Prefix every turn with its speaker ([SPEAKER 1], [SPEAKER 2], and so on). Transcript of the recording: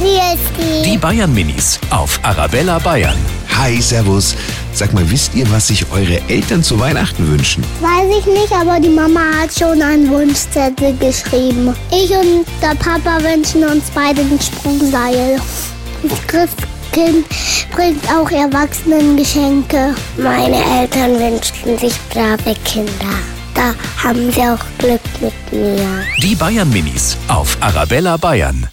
[SPEAKER 1] Wie ist die?
[SPEAKER 2] Die Bayern Minis auf Arabella Bayern.
[SPEAKER 3] Hi, Servus. Sag mal, wisst ihr, was sich eure Eltern zu Weihnachten wünschen?
[SPEAKER 1] Weiß ich nicht, aber die Mama hat schon einen Wunschzettel geschrieben. Ich und der Papa wünschen uns beide ein Sprungseil. Das Christkind bringt auch Erwachsenen Geschenke. Meine Eltern wünschten sich brave Kinder. Da haben sie auch Glück mit mir.
[SPEAKER 2] Die Bayern Minis auf Arabella Bayern.